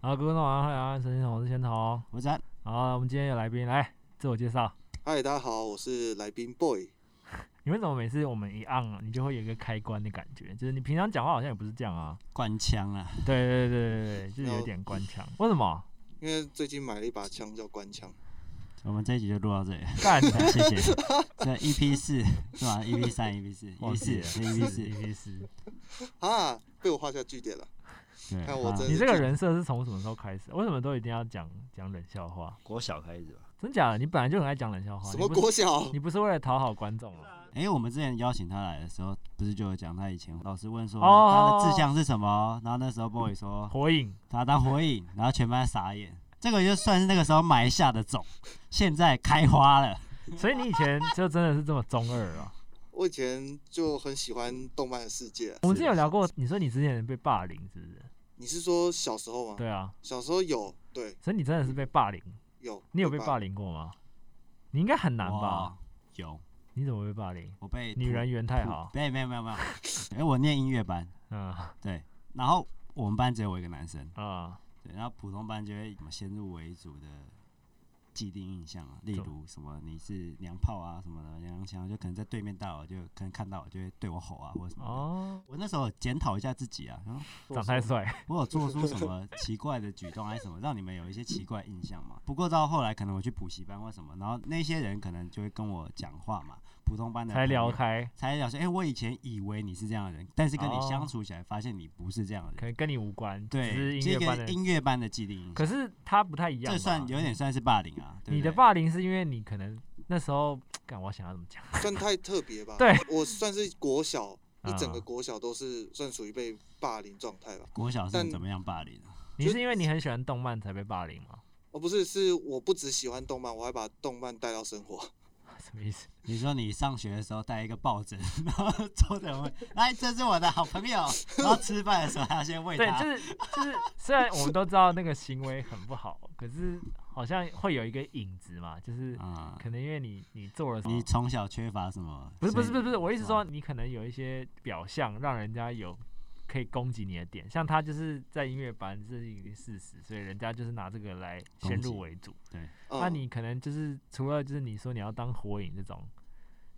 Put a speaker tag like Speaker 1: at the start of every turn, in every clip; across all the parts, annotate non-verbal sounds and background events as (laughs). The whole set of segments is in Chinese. Speaker 1: 好，各位观众晚上好，晚安，首先我是仙童。
Speaker 2: 我在
Speaker 1: 好，我们今天有来宾，来自我介绍。
Speaker 3: 嗨，大家好，我是来宾 boy。
Speaker 1: 你为什么每次我们一按啊，你就会有一个开关的感觉？就是你平常讲话好像也不是这样啊。
Speaker 2: 官腔啊，
Speaker 1: 对对对对对，就是有点官腔。为什么？
Speaker 3: 因为最近买了一把枪叫官枪，
Speaker 2: 我们这一集就录到这
Speaker 3: (laughs)
Speaker 2: 里，
Speaker 1: 干的
Speaker 2: 谢谢。这 EP 四是吧？EP 三、EP 四、
Speaker 1: 忘
Speaker 2: EP
Speaker 1: 记
Speaker 2: 四、
Speaker 1: 了
Speaker 2: EP
Speaker 1: (laughs)
Speaker 2: 四，
Speaker 1: EP 四。
Speaker 3: 啊，被我画下句点了。
Speaker 2: 对，
Speaker 3: 看我
Speaker 2: 啊
Speaker 3: 这
Speaker 1: 你这个人设是从什么时候开始？为什么都一定要讲讲冷笑话？
Speaker 4: 国小开始吧，
Speaker 1: 真假的？你本来就很爱讲冷笑话。
Speaker 3: 什
Speaker 1: 你
Speaker 3: 么
Speaker 1: 不是
Speaker 3: 国小？
Speaker 1: 你不是为了讨好观众啊？
Speaker 2: 哎、我们之前邀请他来的时候，不是就有讲他以前老师问说
Speaker 1: 哦
Speaker 2: 他的志向是什么，然后那时候 boy 说
Speaker 1: 火影
Speaker 2: 他当火影，然后全班傻眼。这个就算是那个时候埋下的种，现在开花了。
Speaker 1: 所以你以前就真的是这么中二啊？
Speaker 3: 我以前就很喜欢动漫的世界。啊
Speaker 1: 我们之前有聊过，你说你之前被霸凌是不是？
Speaker 3: 你是说小时候吗？
Speaker 1: 对啊，
Speaker 3: 小时候有，对，
Speaker 1: 所以你真的是被霸凌，
Speaker 3: 有。
Speaker 1: 你有被
Speaker 3: 霸
Speaker 1: 霸
Speaker 3: 凌？
Speaker 1: 凌过吗？你应该很难吧
Speaker 2: 哇？？有，
Speaker 1: 你怎么被霸凌？
Speaker 2: 我被
Speaker 1: 你人缘太
Speaker 2: 吐
Speaker 1: 好，
Speaker 2: 没有没有没有没有。哎、我念音乐班，
Speaker 1: 嗯
Speaker 2: 对，然后我们班只有我一个男生。
Speaker 1: 啊，
Speaker 2: 对，然后普通班就会什么先入为主的既定印象啊，例
Speaker 1: 怎
Speaker 2: 如什么你是娘炮啊什么的，娘腔，就可能在对面大佬就可能看到我就会对我吼啊或者什么的。
Speaker 1: 哦，
Speaker 2: 我那时候检讨一下自己啊，然后
Speaker 1: 长太帅，
Speaker 2: 我有做出什么奇怪的举动还是什么，让你们有一些奇怪印象嘛？不过到后来可能我去补习班或什么，然后那些人可能就会跟我讲话嘛，普通班的
Speaker 1: 才
Speaker 2: 朋
Speaker 1: 聊
Speaker 2: 友
Speaker 1: 开，
Speaker 2: 才聊说，哎、我以前以为你是这样的人，但是跟你
Speaker 1: 哦
Speaker 2: 相处起来发现你不是这样的人，
Speaker 1: 可能跟你无关，只
Speaker 2: 对，
Speaker 1: 是音
Speaker 2: 这
Speaker 1: 乐班
Speaker 2: 个
Speaker 1: 的。
Speaker 2: 音乐班的既定印象。
Speaker 1: 可是他不太一样吧，
Speaker 2: 这算有点算是霸凌啊。对不
Speaker 1: 你的
Speaker 2: 对，
Speaker 1: 霸凌是因为你可能那时候，干我想要怎么讲？ (laughs)
Speaker 3: (laughs) 算太特别吧？
Speaker 1: 对，
Speaker 3: 我算是国小，一整个
Speaker 1: 啊
Speaker 3: 国小都是算属于被霸凌状态吧。
Speaker 2: 国小是
Speaker 3: 但
Speaker 2: 怎么样霸凌啊？
Speaker 1: 你是因为你很喜欢动漫才被霸凌吗？ (laughs)
Speaker 3: 哦，不是，是我不只喜欢动漫，我还把动漫带到生活。
Speaker 1: 什么意思？
Speaker 2: 你说你上学的时候带一个抱枕， (laughs) 然后周等会来，哎这是我的好朋
Speaker 1: (laughs)
Speaker 2: 友，然后吃饭的时候还要先喂
Speaker 1: 对，
Speaker 2: 他， (laughs)
Speaker 1: 就是就是，虽然我们都知道那个行为很不好，可是好像会有一个影子嘛，就是
Speaker 2: 啊、
Speaker 1: 可能因为你你做了什么
Speaker 2: 你，从小缺乏什么？哦
Speaker 1: 不是不是不
Speaker 2: 所
Speaker 1: 是不
Speaker 2: 以嗯
Speaker 1: 是，我意思说
Speaker 2: 哇
Speaker 1: 你可能有一些表象让人家有可以攻击你的点，像他就是在音乐班这是已经事实，所以人家就是拿这个来
Speaker 2: 攻
Speaker 1: 先
Speaker 2: 击
Speaker 1: 入为主。
Speaker 2: 哦
Speaker 3: 嗯、
Speaker 1: 啊那你可能就是除了就是你说你要当火影这种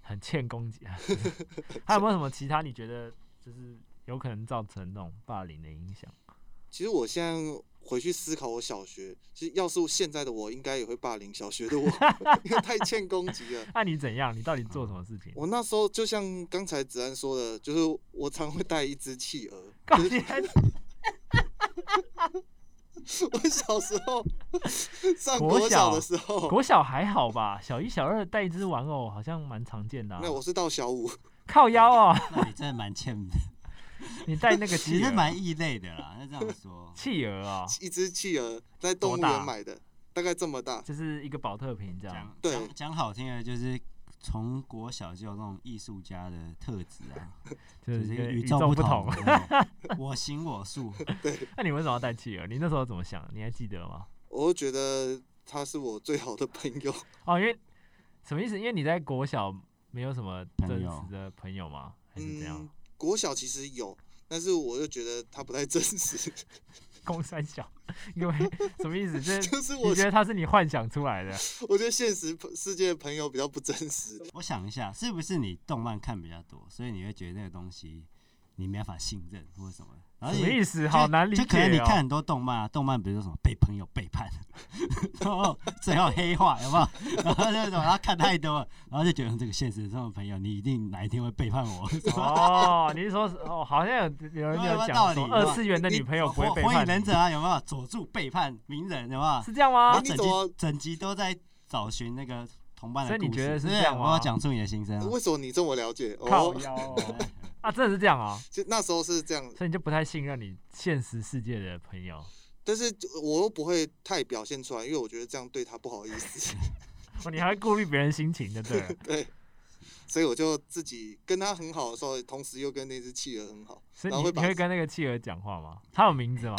Speaker 1: 很欠攻击，啊， (laughs) 还有没有什么其他你觉得就是有可能造成那种霸凌的影响？
Speaker 3: 其实我现在回去思考，我小学，其实要是现在的我，应该也会霸凌小学
Speaker 1: (laughs)
Speaker 3: 的我，因为太欠攻击了。
Speaker 1: 那、你怎样？你到底做什么事情？
Speaker 2: 哦
Speaker 3: 我那时候就像刚才子安说的，就是我常会带一只企鹅。 (laughs)
Speaker 1: 告诉你，
Speaker 3: 我小时候上
Speaker 1: 国
Speaker 3: 国小
Speaker 1: 小
Speaker 3: 的时候，
Speaker 1: 国小还好吧？小一、小二带一只玩偶好像蛮常见的、啊。
Speaker 3: 那我是到小五，
Speaker 1: 靠腰哦， (laughs)
Speaker 2: 那你真的蛮欠，
Speaker 1: 你带那个
Speaker 2: 其
Speaker 1: 企
Speaker 2: 实
Speaker 1: 鹅，，
Speaker 2: 蛮异类的啦。那这样说
Speaker 1: 企鹅哦，
Speaker 3: 一只企鹅在动物
Speaker 1: 多大
Speaker 3: 园买的，大概这么大。
Speaker 1: 就是一个保特 (laughs) 瓶这样。
Speaker 2: 讲
Speaker 3: 对
Speaker 2: 讲讲好听的，就是从国小就有那种艺术家的特质啊，
Speaker 1: 就
Speaker 2: 就是是
Speaker 1: 一个
Speaker 2: 与
Speaker 1: 众
Speaker 2: 众
Speaker 1: 不
Speaker 2: 同
Speaker 1: 同。， (laughs)
Speaker 2: 对我行我素。
Speaker 1: 那你为什么要带企鹅？你那时候怎么想？你还记得吗？
Speaker 3: 我就觉得他是我最好的朋友，
Speaker 1: 哦，因为什么意思？因为你在国小没有什么真实的朋友吗？还是怎样 (laughs)
Speaker 3: 嗯？，国小其实有，但是我就觉得他不太真实，
Speaker 1: 公三小，因为什么意思？就是
Speaker 3: 就是我
Speaker 2: (laughs)
Speaker 1: 你觉得他是你幻想出来的？
Speaker 3: 我觉得现实世界的朋友比较不真实，
Speaker 2: 我想一下，是不是你动漫看比较多，所以你会觉得那个东西你没办法信任或者什么？然后
Speaker 1: 什么
Speaker 2: 你
Speaker 1: 意思？
Speaker 2: 就
Speaker 1: 好难理解、哦。
Speaker 2: 就可能你看很多动漫啊，动漫比如说什么被朋友背叛， (laughs) 然后最后黑化，有没有？然后那种然后看太多了，然后就觉得这个现实中的朋友，你一定哪一天会背叛我。什么
Speaker 1: 哦，你是说哦，好像有有人有讲说二次元的女朋友不会背叛
Speaker 2: 火影
Speaker 1: 你啊
Speaker 2: 忍者啊，有没有？佐助背叛鸣人，有没有？
Speaker 1: 是这样吗
Speaker 2: 然后
Speaker 3: 你
Speaker 2: 整
Speaker 3: 怎么
Speaker 2: 集整集都在找寻那个同伴
Speaker 1: 所
Speaker 2: 的故
Speaker 1: 以
Speaker 2: 事，
Speaker 1: 你觉得是
Speaker 2: 对
Speaker 1: 这样吗
Speaker 2: 我要讲出你的心声啊。
Speaker 3: 为什么你这么了解？
Speaker 1: 靠
Speaker 3: 哦，
Speaker 1: 腰哦、啊，真的是这样啊、
Speaker 3: 就那时候是这样，
Speaker 1: 所以你就不太信任你现实世界的朋友。
Speaker 3: 但是我又不会太表现出来，因为我觉得这样对他不好意思，
Speaker 1: 哦，你还会顾虑别人心情，就
Speaker 3: (laughs)
Speaker 1: 对了。
Speaker 3: 对，所以我就自己跟他很好的时候，同时又跟那只企鹅很好，
Speaker 1: 所以
Speaker 3: 然后
Speaker 1: 你
Speaker 3: 会
Speaker 1: 你
Speaker 3: 把
Speaker 1: 会跟那个企鹅讲话吗？它有名字
Speaker 3: (coughs)
Speaker 1: 吗？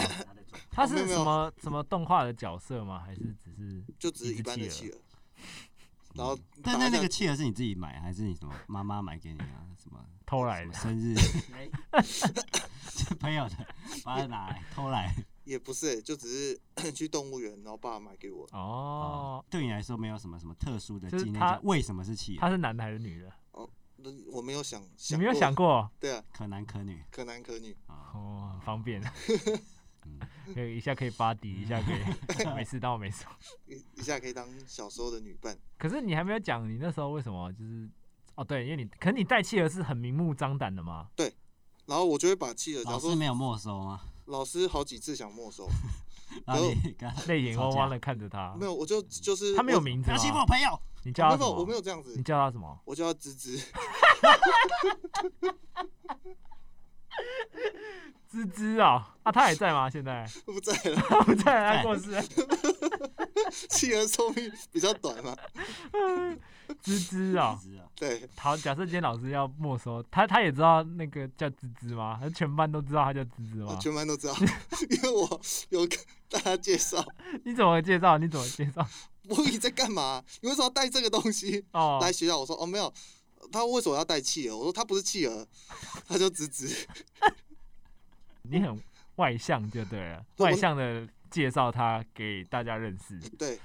Speaker 1: 它是
Speaker 3: 没有没有
Speaker 1: 什么什么动画的角色吗？还是只是
Speaker 3: 就只是一般的
Speaker 1: 一只企
Speaker 3: 企鹅， (laughs) 然后
Speaker 2: 嗯但
Speaker 3: 打
Speaker 2: 那
Speaker 3: 一
Speaker 2: 那
Speaker 3: 下
Speaker 2: 个企鹅是你自己买还是你什么妈妈买给你啊？什么
Speaker 1: 偷来 (laughs)
Speaker 2: 什么
Speaker 1: 的？
Speaker 2: 生日？朋友的，把它拿来偷来。
Speaker 3: 也不是、欸，就只是 (coughs) 去动物园，然后爸爸买给我。啊
Speaker 1: 哦，
Speaker 2: 对你来说没有什么什么特殊的
Speaker 1: 就是
Speaker 2: 纪念
Speaker 1: 他
Speaker 2: 价，为什么是企鹅？
Speaker 1: 他是男的还是女的？
Speaker 3: 那我没有想，
Speaker 1: 你
Speaker 3: 想
Speaker 1: 没有想
Speaker 3: 过，
Speaker 1: 过？
Speaker 3: 对啊，
Speaker 2: 可男可女
Speaker 3: 可男可女，
Speaker 2: 啊，
Speaker 1: 哦，很方
Speaker 3: (laughs)
Speaker 1: 便，
Speaker 2: 嗯，
Speaker 1: 可以一下可以扒底，一下可
Speaker 3: (laughs)
Speaker 1: 以没事当我没说。
Speaker 3: 一一下可以当小时候的女伴。
Speaker 1: 可是你还没有讲你那时候为什么就是哦对，因为你可是你带企鹅是很明目张胆的嘛，
Speaker 3: 然后我就会把企鹅，假
Speaker 2: 老
Speaker 3: 如
Speaker 2: 师
Speaker 3: 说
Speaker 2: 没有没收吗？
Speaker 3: 老师好几次想没收，
Speaker 2: 然后你跟他
Speaker 1: 泪眼
Speaker 2: 吵
Speaker 1: 汪
Speaker 2: 架
Speaker 1: 汪的看着他
Speaker 3: 没。有，我就就是
Speaker 1: 啊他没有
Speaker 3: 我哦
Speaker 1: 名
Speaker 2: 不
Speaker 1: 字
Speaker 2: 要
Speaker 1: 吗？
Speaker 2: 欺负我朋友，
Speaker 1: 你
Speaker 3: 没
Speaker 1: 叫
Speaker 3: 有
Speaker 1: 他
Speaker 3: 没
Speaker 1: 什
Speaker 3: 有，我没
Speaker 1: 么？
Speaker 3: 有这样子
Speaker 1: 你，叫他什么？
Speaker 3: 我叫他芝芝，
Speaker 1: 芝芝啊啊，他还在吗？现
Speaker 3: (laughs)
Speaker 1: 在
Speaker 3: (laughs) 不在了。
Speaker 1: 他不在，他
Speaker 2: 在
Speaker 1: 过世了。
Speaker 3: 企鹅寿命比较短嘛，
Speaker 1: 芝芝啊，
Speaker 2: 是啊，
Speaker 3: 对，
Speaker 1: 好，假设今天老师要没收他，他也知道那个叫芝芝吗？他全班都知道他叫芝芝吗
Speaker 3: 我？全班都知道， (laughs) 因为我有跟大家介绍。
Speaker 1: 你怎么介绍？你怎么介绍？
Speaker 3: 我你在干嘛？你为什么要带这个东西
Speaker 1: 哦，
Speaker 3: 来学校？我说哦没有，他为什么要带企鹅？我说他不是企鹅，他叫芝芝。
Speaker 1: 你很外向就对了，
Speaker 3: 对
Speaker 1: 外
Speaker 3: 我
Speaker 1: 向的介绍他给大家认识。
Speaker 3: (laughs) 对，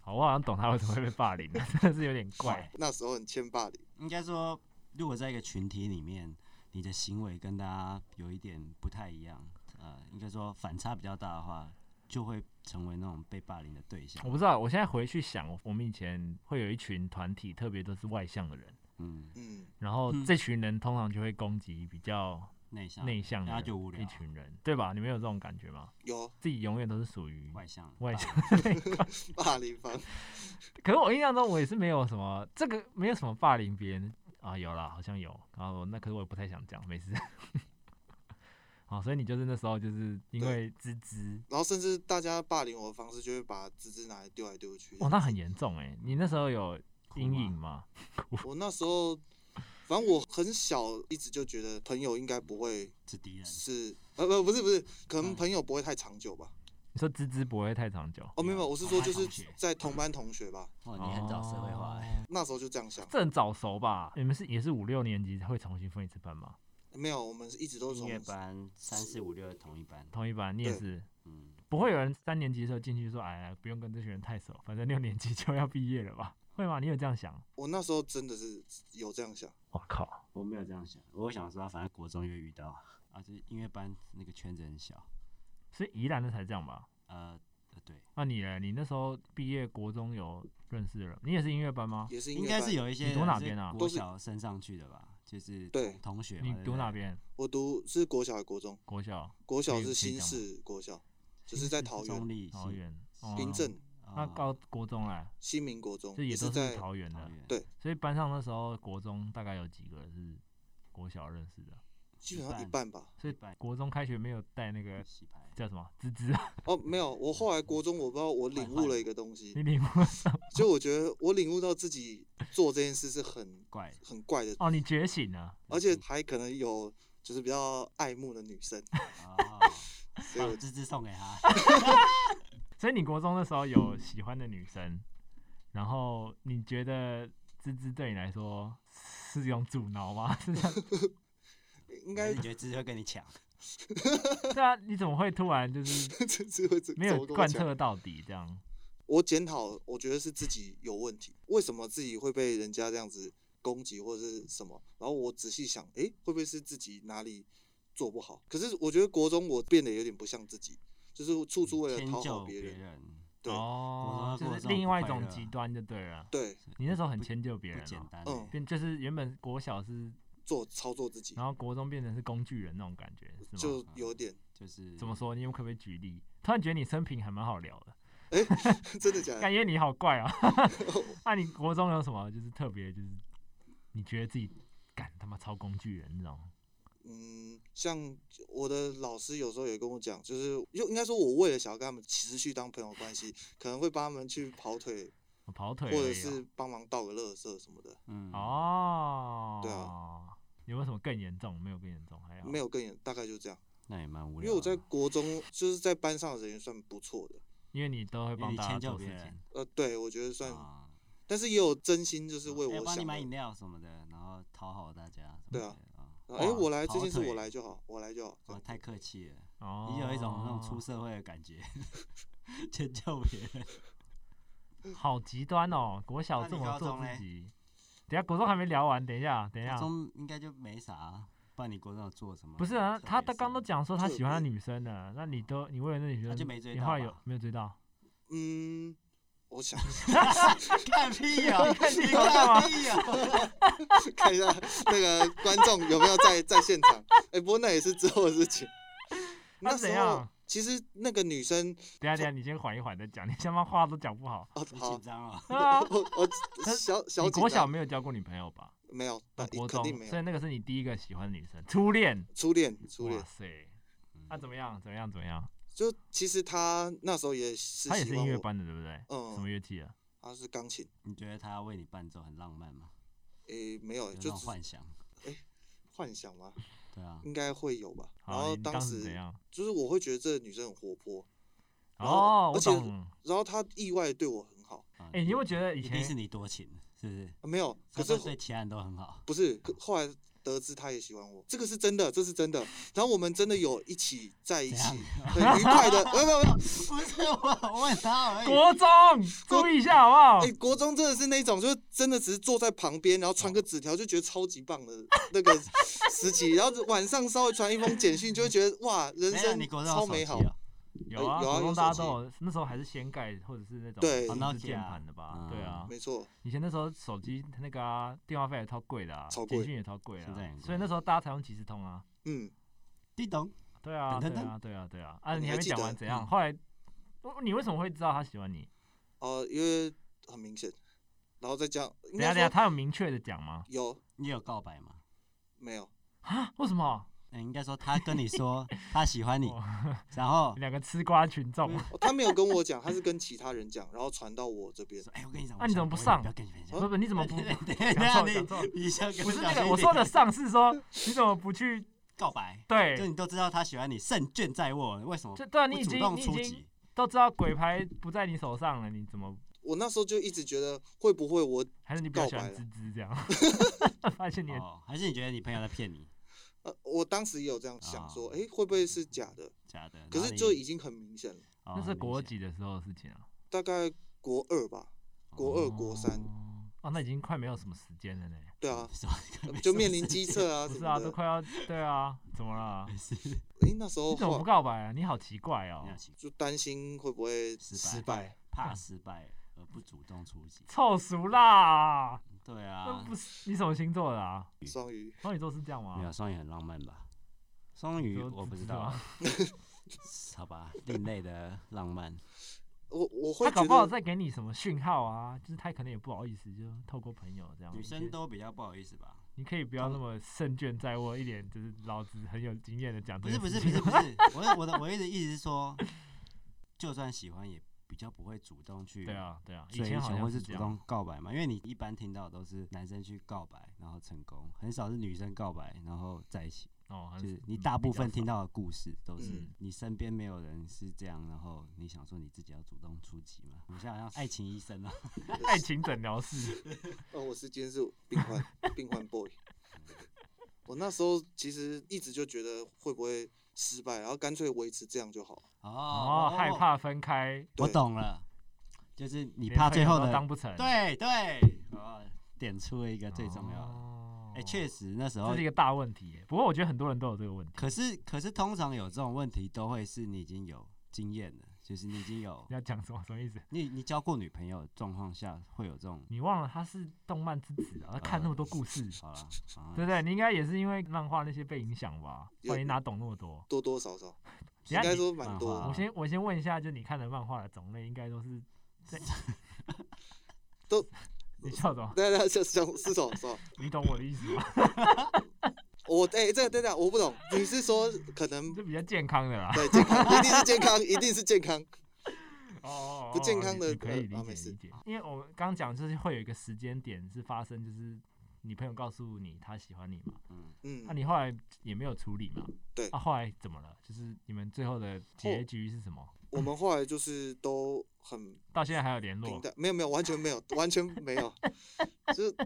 Speaker 1: 好，我好像懂他为什么会被霸凌了， (laughs) 真的是有点怪。
Speaker 3: 那时候很欠霸凌，
Speaker 2: 应该说，如果在一个群体里面，你的行为跟大家有一点不太一样，呃，应该说反差比较大的话，就会成为那种被霸凌的对象
Speaker 1: 我。不知道，我现在回去想，我们以前会有一群团体，特别都是外向的人，
Speaker 2: 嗯，
Speaker 3: 嗯，
Speaker 1: 然后
Speaker 2: 嗯
Speaker 1: 这群人通常就会攻击比较
Speaker 2: 内向、
Speaker 1: 内向的
Speaker 2: 大家
Speaker 1: 人
Speaker 2: 就无聊
Speaker 1: 一群人，对吧？你们有这种感觉吗？
Speaker 3: 有
Speaker 1: 自己永远都是属于
Speaker 2: 外向、
Speaker 1: 外
Speaker 2: 霸
Speaker 1: 向
Speaker 2: 凌。
Speaker 3: 霸凌方，
Speaker 1: (laughs) 可是我印象中我也是没有什么这个没有什么霸凌别人啊，有啦，好像有。然后那可是我也不太想讲，没事。 (laughs) 好，所以你就是那时候就是因为芝芝，
Speaker 3: 然后甚至大家霸凌我的方式，就会把芝芝拿来丢来丢去。
Speaker 1: 哇，那很严重哎、你那时候有
Speaker 2: 哭啊
Speaker 1: 阴
Speaker 2: 吗
Speaker 1: 影吗？
Speaker 3: 我那时候，反正我很小，一直就觉得朋友应该不会
Speaker 2: 是敌人，
Speaker 3: 是，呃不不是不是，可能
Speaker 2: 嗯
Speaker 3: 朋友不会太长久吧。
Speaker 1: 你说芝芝不会太长久，
Speaker 3: 哦没有，没有
Speaker 2: 啊
Speaker 3: 我是说就
Speaker 2: 同
Speaker 3: 是
Speaker 2: 班同学
Speaker 3: 在同班同学吧，
Speaker 2: 哇，哦你很早社会化欸，
Speaker 1: 哦
Speaker 3: 那时候就这样想。
Speaker 1: 这很早熟吧？你们是也是五六年级才会重新分一次班吗？
Speaker 3: 没有，我们一直都是
Speaker 2: 音
Speaker 3: 从
Speaker 2: 乐班三四五六的同一班，
Speaker 1: 同一班，你也
Speaker 3: 对
Speaker 1: 是，
Speaker 2: 嗯，
Speaker 1: 不会有人三年级的时候进去说，哎，不用跟这群人太熟，反正六年级就要毕业了吧？会吗？你有这样想？
Speaker 3: 我那时候真的是有这样想。
Speaker 1: 我靠，
Speaker 2: 我没有这样想，我想说，反正国中又遇到啊，就是音乐班那个圈子很小，
Speaker 1: 所以宜兰的才这样吧？
Speaker 2: 呃，呃对，
Speaker 1: 那你呢？你那时候毕业国中有认识人？你也是音乐班吗？
Speaker 3: 也是音
Speaker 2: 应
Speaker 3: 乐
Speaker 2: 该
Speaker 3: 班
Speaker 2: 是有一些
Speaker 1: 你读
Speaker 2: 人
Speaker 1: 哪
Speaker 2: 是
Speaker 1: 边啊
Speaker 2: 国
Speaker 3: 都是
Speaker 2: 小升上去的吧，就是
Speaker 3: 对
Speaker 2: 同学嘛，
Speaker 1: 你
Speaker 2: 对不
Speaker 1: 读
Speaker 2: 对
Speaker 1: 哪？边？
Speaker 3: 我读是国小还是国中？
Speaker 1: 国小、
Speaker 3: 国小
Speaker 1: 可以可以
Speaker 3: 是新
Speaker 1: 讲吗
Speaker 3: 市
Speaker 2: (laughs)
Speaker 3: 国小，就是在桃
Speaker 2: 中
Speaker 3: 园、
Speaker 2: 立
Speaker 1: 桃，园、哦
Speaker 3: 平。镇、
Speaker 1: 那
Speaker 2: 那
Speaker 1: 高国中嘞，
Speaker 3: 新民国中，
Speaker 1: 就也
Speaker 3: 哦是
Speaker 1: 都
Speaker 3: 在
Speaker 1: 是桃园的。
Speaker 3: 对
Speaker 1: 所以班上那时候国中大概有几个是国小认识的？
Speaker 3: 基本上
Speaker 2: 一
Speaker 3: 一半吧。
Speaker 1: 所以国中开学没有带那个
Speaker 2: 洗牌，
Speaker 1: 叫什么芝芝啊， (laughs)
Speaker 3: 哦，没有，我后来国中我不知道，我领悟了一个东西
Speaker 1: 你，领悟
Speaker 3: 就我觉得我领悟到自己做这件事是很
Speaker 2: (laughs) 怪，
Speaker 3: 很怪的，
Speaker 1: 哦，你觉醒了，
Speaker 3: 而且还可能有就是比较爱慕的女生，
Speaker 2: 哦
Speaker 3: 所以
Speaker 2: 把
Speaker 3: 我
Speaker 2: 芝芝送给他，
Speaker 1: 所以你国中那时候有喜欢的女生，然后你觉得芝芝对你来说是一种阻挠吗？ (laughs) 是啊这样
Speaker 3: 应
Speaker 2: 还
Speaker 3: 该
Speaker 1: 嗯
Speaker 3: (laughs)
Speaker 2: 是觉得芝芝会跟你抢，
Speaker 1: 对啊，你怎么会突然就是
Speaker 3: 这是会怎
Speaker 1: 没
Speaker 3: 怎
Speaker 1: 有
Speaker 3: 么跟我
Speaker 1: 贯
Speaker 3: 讲
Speaker 1: 彻到底这样？
Speaker 3: 我检讨，我觉得是自己有问题，为什么自己会被人家这样子攻击或者是什么？然后我仔细想，诶，会不会是自己哪里做不好？可是我觉得国中我变得有点不像自己，就是
Speaker 1: 嗯
Speaker 3: 处处为了
Speaker 2: 迁
Speaker 3: 讨好
Speaker 2: 就
Speaker 3: 别人。
Speaker 2: 人，
Speaker 3: 对
Speaker 1: 哦，
Speaker 2: 国中
Speaker 1: 就是
Speaker 2: 国中
Speaker 1: 另外一
Speaker 2: 不快
Speaker 1: 种
Speaker 2: 乐啊
Speaker 1: 极端就对了。
Speaker 3: 对，
Speaker 1: 你那时候很
Speaker 2: 不
Speaker 1: 迁就别
Speaker 2: 不
Speaker 1: 人、
Speaker 2: 简
Speaker 1: 哦，
Speaker 2: 单欸，
Speaker 3: 嗯
Speaker 1: 变就是原本国小是，
Speaker 3: 做操作自己
Speaker 1: 然，后国中变成是工具人那种感觉，哦是吗？
Speaker 3: 就有点， (laughs)
Speaker 2: 就是
Speaker 1: 怎么？说？你有可不可以举例？突然觉得你生平还蛮好聊的，
Speaker 3: 诶，真的假
Speaker 1: 感
Speaker 3: 的？
Speaker 1: 觉你好怪
Speaker 3: (laughs)
Speaker 1: 啊！那、你国中有什么就是特别就是你觉得自己干他妈超工具人那种？
Speaker 3: 嗯，像我的老师有时候也跟我讲，就是就应该说，我为了想要跟他们持续当朋友关系，可能会帮他们去跑腿，
Speaker 1: 我跑腿
Speaker 2: 哎
Speaker 3: 或
Speaker 1: 而已哦
Speaker 3: 者是帮忙倒个垃圾什么的，
Speaker 2: 嗯，
Speaker 1: 哦，
Speaker 3: 对啊
Speaker 1: 有没有什么更严重？没有更严重，还好。
Speaker 3: 没有更远，大概就这样。
Speaker 2: 那也蛮无聊
Speaker 3: 因
Speaker 2: 的。啊
Speaker 3: 为我在国中就是在班上的人缘算不错的，
Speaker 1: 因为你都会
Speaker 2: 因为
Speaker 1: 帮
Speaker 2: 你
Speaker 1: 大家
Speaker 2: 迁就
Speaker 1: 做事
Speaker 2: 别
Speaker 1: 情
Speaker 2: 人。
Speaker 3: 呃，对我觉得算，
Speaker 2: 啊
Speaker 3: 但是也有真心就是为
Speaker 2: 哎
Speaker 3: 我
Speaker 2: 帮你
Speaker 3: 想
Speaker 2: 买饮
Speaker 3: 的，
Speaker 2: 料什么的，然后讨好大家什么的。
Speaker 3: 对啊
Speaker 2: 啊，
Speaker 3: 哎、诶
Speaker 2: 哇
Speaker 3: 我来这
Speaker 2: 跑
Speaker 3: 件事
Speaker 2: 腿
Speaker 3: 我来就好，我来就好。这
Speaker 2: 哇，
Speaker 3: 样
Speaker 2: 太客气了，
Speaker 1: 哦，
Speaker 2: 你有一种那种出社会的感觉， (laughs) 迁就别人。
Speaker 1: 好极端哦，国小
Speaker 2: 那
Speaker 1: 这
Speaker 2: 你
Speaker 1: 么
Speaker 2: 高
Speaker 1: 做
Speaker 2: 中嘞
Speaker 1: 自己。等一下国中还没聊完，等一下，等一下
Speaker 2: 国，中应该就没啥啊，不然你国中有做什么？
Speaker 1: 不是啊，他他刚都
Speaker 2: 都 (laughs)
Speaker 1: 讲说他
Speaker 3: 特
Speaker 1: 喜欢的
Speaker 3: 别
Speaker 1: 女生了，那你都你为了那女
Speaker 2: 他
Speaker 1: 生，
Speaker 2: 就没追
Speaker 1: 你
Speaker 2: 到
Speaker 1: 后来
Speaker 2: 吧
Speaker 1: 有没有追到？
Speaker 3: 嗯，我想
Speaker 2: 看屁呀，
Speaker 1: 你
Speaker 2: 你
Speaker 1: 有 (laughs) 干啊嘛
Speaker 2: 看屁啊呀，
Speaker 3: 看一下那个观众有没有在在现场。哎、不过那也是之后的事情。
Speaker 1: 那
Speaker 3: 那
Speaker 1: 啊怎
Speaker 3: 时候
Speaker 1: 样
Speaker 3: 其实那个女生
Speaker 1: 等一下等一下，你先缓一缓再讲，你先把话都讲不好。
Speaker 3: 哦，
Speaker 2: 你
Speaker 3: 好
Speaker 2: 紧，张啊？
Speaker 1: (laughs) 对啊，
Speaker 3: 我我小 (laughs) 小
Speaker 1: 你
Speaker 3: 紧
Speaker 1: 国小
Speaker 3: 张
Speaker 1: 没有交过女朋友吧？
Speaker 3: 没有，
Speaker 1: 那
Speaker 3: 但
Speaker 1: 国
Speaker 3: 肯
Speaker 1: 中
Speaker 3: 定没，
Speaker 1: 所
Speaker 3: 有
Speaker 1: 以那个是你第一个喜欢的女生，初恋。
Speaker 3: 初恋初
Speaker 1: 哇
Speaker 3: 恋。
Speaker 1: 塞，那、
Speaker 2: 嗯
Speaker 1: 怎么样？怎么样？怎么样？
Speaker 3: 就其实她那时候也是
Speaker 1: 他也
Speaker 3: 喜
Speaker 1: 是
Speaker 3: 欢
Speaker 1: 音乐
Speaker 3: 我，
Speaker 1: 班的，对不对？
Speaker 3: 嗯
Speaker 1: 什么乐器啊？
Speaker 3: 她是钢琴。
Speaker 2: 你觉得他要为你伴奏很浪漫吗？
Speaker 3: 诶、没有，
Speaker 2: 有那
Speaker 3: 呃就
Speaker 2: 种
Speaker 3: 只
Speaker 2: 幻想？
Speaker 3: 幻想嘛，
Speaker 2: 对啊，
Speaker 3: 应该会有吧。然
Speaker 1: 好，
Speaker 3: 后
Speaker 1: 你当
Speaker 3: 时
Speaker 1: 怎样？
Speaker 3: 就是我会觉得这个女生很活泼，然后
Speaker 1: 哦，我
Speaker 3: 而且
Speaker 1: 懂。
Speaker 3: 然后她意外地对我很好。
Speaker 2: 啊
Speaker 1: 哎、你有没有觉得以
Speaker 2: 一定
Speaker 1: 前
Speaker 2: 是你多情，是不是？
Speaker 3: 啊、没有，
Speaker 2: 可
Speaker 3: 可是
Speaker 2: 是对其他人都很好，
Speaker 3: 不是？可后来得知她也喜欢我，这个是真的，这是真的。然后我们真的有一起在一
Speaker 2: 怎
Speaker 3: 起，
Speaker 2: 样？
Speaker 3: 很愉
Speaker 1: (laughs)
Speaker 3: 快的。没有没有没有，
Speaker 1: 哦
Speaker 2: 不是我问他而已。
Speaker 1: 国中注意一下好不好
Speaker 3: 哎、？国中真的是那种，就是真的只是坐在旁边，然后传个纸条就觉得超级
Speaker 1: (laughs)
Speaker 3: 棒的那个时期。然后晚上稍微传一封简讯，就会觉得哇，人
Speaker 1: 哎
Speaker 2: 没有
Speaker 3: 生
Speaker 2: 你国中有
Speaker 3: 超
Speaker 2: 手
Speaker 3: 美
Speaker 2: 机
Speaker 3: 好。
Speaker 2: 哦
Speaker 1: 有啊，
Speaker 3: 哎有
Speaker 1: 国
Speaker 3: 啊
Speaker 1: 中
Speaker 3: 有
Speaker 1: 大家
Speaker 3: 手
Speaker 1: 都有，那时候还是掀盖或者是那种
Speaker 3: 对
Speaker 1: 不是
Speaker 2: Nokia
Speaker 1: 键盘的吧？对啊，
Speaker 3: 没错，
Speaker 1: 以前那时候手机那个啊、电话费也超贵的啊，
Speaker 3: 超贵
Speaker 1: 简讯也超贵啊
Speaker 2: 现在很，贵
Speaker 1: 所以那时候大家才用即时通啊。
Speaker 3: 嗯，
Speaker 2: 叮咚，
Speaker 1: 对啊，
Speaker 2: 等
Speaker 1: 对
Speaker 2: 等
Speaker 1: 啊，对啊，对啊。啊，
Speaker 3: 你
Speaker 1: 你
Speaker 3: 还
Speaker 1: 还没
Speaker 3: 记
Speaker 1: 讲
Speaker 3: 得
Speaker 1: 完怎样？
Speaker 2: 嗯
Speaker 1: 后来哦你为什么会知道他喜欢你？
Speaker 3: 哦、因为很明显，然后再加，应
Speaker 1: 等一下
Speaker 3: 该
Speaker 1: 等一下，
Speaker 3: 说
Speaker 1: 他有明确的讲吗？
Speaker 3: 有
Speaker 2: 你有告白吗？
Speaker 3: 没有？
Speaker 1: 啊？为什么？
Speaker 2: 嗯，应该说他跟你
Speaker 1: (laughs)
Speaker 2: 说他喜欢你
Speaker 1: 哦，
Speaker 2: 然后
Speaker 1: 两个吃瓜群众啊
Speaker 2: 嗯，
Speaker 3: 哦他没有跟我讲，他是跟其他人讲，然后传到我这边。
Speaker 2: 说：“哎，我跟你讲，
Speaker 1: 啊
Speaker 2: 我
Speaker 1: 你怎么
Speaker 2: 想
Speaker 1: 不上
Speaker 2: 我也不要跟你分享。
Speaker 1: 不不，你怎么不
Speaker 2: (laughs) 对对对
Speaker 1: 讲
Speaker 2: 那
Speaker 1: 错讲错？
Speaker 2: 你你想
Speaker 1: 不是那个，我说的上是说你怎么不去？
Speaker 2: 告白，就
Speaker 1: 对，
Speaker 2: 你都知道他喜欢你，胜券在握，为什么
Speaker 1: 就对啊，你
Speaker 2: 不
Speaker 1: 已
Speaker 2: 主
Speaker 1: 经
Speaker 2: 动
Speaker 1: 你
Speaker 2: 出
Speaker 1: 已经
Speaker 2: 击？
Speaker 1: 都知道鬼牌不在你手上了，你怎么？
Speaker 3: 我那时候就一直觉得，会不会我
Speaker 1: 还是你比较喜欢
Speaker 3: 告白
Speaker 1: 芝芝
Speaker 2: (laughs)
Speaker 1: 这样？发现你的
Speaker 2: 哦，还是你觉得你朋友在骗你？
Speaker 3: 呃，我当时也有这样想，
Speaker 2: 啊
Speaker 1: 哦
Speaker 3: 说，哎、会不会是假的？
Speaker 2: 假
Speaker 1: 嗯
Speaker 2: 的。
Speaker 3: 可
Speaker 2: 然后
Speaker 3: 是
Speaker 2: 你
Speaker 3: 就已经很明显了，
Speaker 2: 哦
Speaker 1: 那是
Speaker 2: 很
Speaker 1: 国
Speaker 2: 明显
Speaker 1: 几的时候的事情啊？
Speaker 3: 大概国二吧，国二、国三，
Speaker 1: 哦哦，那已经快没有什么时间了呢。
Speaker 3: 对 (laughs) 啊，
Speaker 2: 什么
Speaker 1: 嗯
Speaker 3: 呃
Speaker 2: 没
Speaker 3: 就
Speaker 2: 什么 (laughs)
Speaker 3: 面临
Speaker 2: 事
Speaker 3: 机测啊
Speaker 1: 不
Speaker 3: 什
Speaker 1: 是啊，
Speaker 3: 么
Speaker 1: 都
Speaker 3: 的。
Speaker 1: 快要对啊，怎么了？
Speaker 2: 没事，
Speaker 3: 哎、那时候
Speaker 1: 你怎么不
Speaker 3: 话
Speaker 1: 告白啊？你好奇怪哦
Speaker 2: 你，要奇
Speaker 3: 就担心会不会
Speaker 2: 失
Speaker 3: 失
Speaker 2: 败
Speaker 3: 败，
Speaker 2: 怕失败而不主动出击。
Speaker 1: 臭熟啦！
Speaker 2: 对
Speaker 1: 那
Speaker 2: 啊，
Speaker 1: 不是你什么星座的啊？
Speaker 3: 双鱼
Speaker 1: 双鱼座是这样
Speaker 2: 没
Speaker 1: 吗
Speaker 2: 有？双鱼很浪漫吧？双鱼
Speaker 1: 说
Speaker 2: 我
Speaker 1: 芝
Speaker 2: 不知
Speaker 1: 芝
Speaker 2: 道
Speaker 1: 吗
Speaker 2: 啊， (laughs) 好吧，另类的浪
Speaker 1: (laughs)
Speaker 2: 漫。
Speaker 3: 我我会
Speaker 1: 他
Speaker 3: 觉
Speaker 1: 搞不好
Speaker 3: 得
Speaker 1: 在给你什么讯号啊？就是他可能也不好意思，就透过朋友这样。
Speaker 2: 女
Speaker 1: 你
Speaker 2: 生
Speaker 1: 可以
Speaker 2: 都比较不好意思吧？
Speaker 1: 你可以不要那么胜券在握，一脸就是老子很有经验的讲
Speaker 2: 不
Speaker 1: 这
Speaker 2: 是
Speaker 1: 件
Speaker 2: 不
Speaker 1: 事
Speaker 2: 是
Speaker 1: 情。
Speaker 2: 不是不是，我的我的我一直一直说，就算喜欢也比较不会主动去
Speaker 1: 对啊对啊，以
Speaker 2: 追
Speaker 1: 前
Speaker 2: 求
Speaker 1: 好像
Speaker 2: 或是
Speaker 1: 这
Speaker 2: 主
Speaker 1: 样。
Speaker 2: 动告白嘛，因为你一般听到都是男生去告白然后成功，很少是女生告白然后在一起。
Speaker 1: 哦，还
Speaker 2: 就是你
Speaker 1: 嗯
Speaker 2: 大
Speaker 1: 比
Speaker 2: 部
Speaker 1: 较
Speaker 2: 分
Speaker 1: 少
Speaker 2: 听到的故事都是
Speaker 3: 嗯
Speaker 2: 你身边没有人是这样，然后你想说你自己要主动出击嘛？我们现在好像爱情医生啊，
Speaker 1: (laughs) 爱情诊疗室，
Speaker 3: 哦，我是今天是病患病患 boy。我那时候其实一直就觉得会不会失败，然后干脆维持这样就好。
Speaker 2: 哦
Speaker 1: 哦，害，怕分开，
Speaker 2: 我
Speaker 3: 对
Speaker 2: 懂了，就是你
Speaker 1: 你
Speaker 2: 怕最后的
Speaker 1: 当不成，
Speaker 2: 对对，哦，点出了一个最重要的。
Speaker 1: 哦
Speaker 2: 哎、确实那时
Speaker 1: 这
Speaker 2: 候
Speaker 1: 是一，个大问题耶。不过我觉得很多人都有这个问题。
Speaker 2: 可是可是通常有这种问题都会是你已经有经验了，就是你已经有
Speaker 1: 你要讲什么？什么意思？
Speaker 2: 你你交过女朋友的状况下会有这种。
Speaker 1: 你忘了他是动漫之子啊，他看那么多故事，
Speaker 2: 好了，好啦
Speaker 1: 对不对？你应该也是因为漫画那些被影响吧？不
Speaker 3: 有
Speaker 1: 然你哪懂那么多？
Speaker 3: 多多少少，应
Speaker 1: 等一下
Speaker 3: 该
Speaker 1: 你嗯
Speaker 3: 说蛮多
Speaker 2: 啊
Speaker 1: 我
Speaker 3: 的， (laughs)
Speaker 1: 先我先问一下，就你看的漫画的种类，应该都是在
Speaker 3: 都
Speaker 1: (laughs) 你笑什么？
Speaker 3: 对对，是想是什么是什么？
Speaker 1: 你懂我的意思吗？ (laughs)
Speaker 3: 我哎、这个对对，我不懂，你是说可能
Speaker 1: 这比较健康的啦。
Speaker 3: 对健康，一定是健康，一定是健康。
Speaker 1: 哦，
Speaker 3: 不健康
Speaker 1: 你
Speaker 3: 的
Speaker 1: 你可以
Speaker 3: 呃
Speaker 1: 理
Speaker 3: 啊
Speaker 1: 解
Speaker 3: 没事
Speaker 1: 理解，因为我刚讲就是会有一个时间点是发生，就是你朋友告诉你他喜欢你嘛，
Speaker 2: 嗯，
Speaker 3: 嗯
Speaker 1: 那、，你后来也没有处理嘛，啊
Speaker 3: 对哦
Speaker 1: 那、后来怎么了？就是你们最后的结局是什么？
Speaker 3: 我们后来就是都很
Speaker 1: 到现在还有联
Speaker 3: 平
Speaker 1: 络？
Speaker 3: 淡，没有没有，
Speaker 1: (laughs)
Speaker 3: 完全没有，完全没有。就是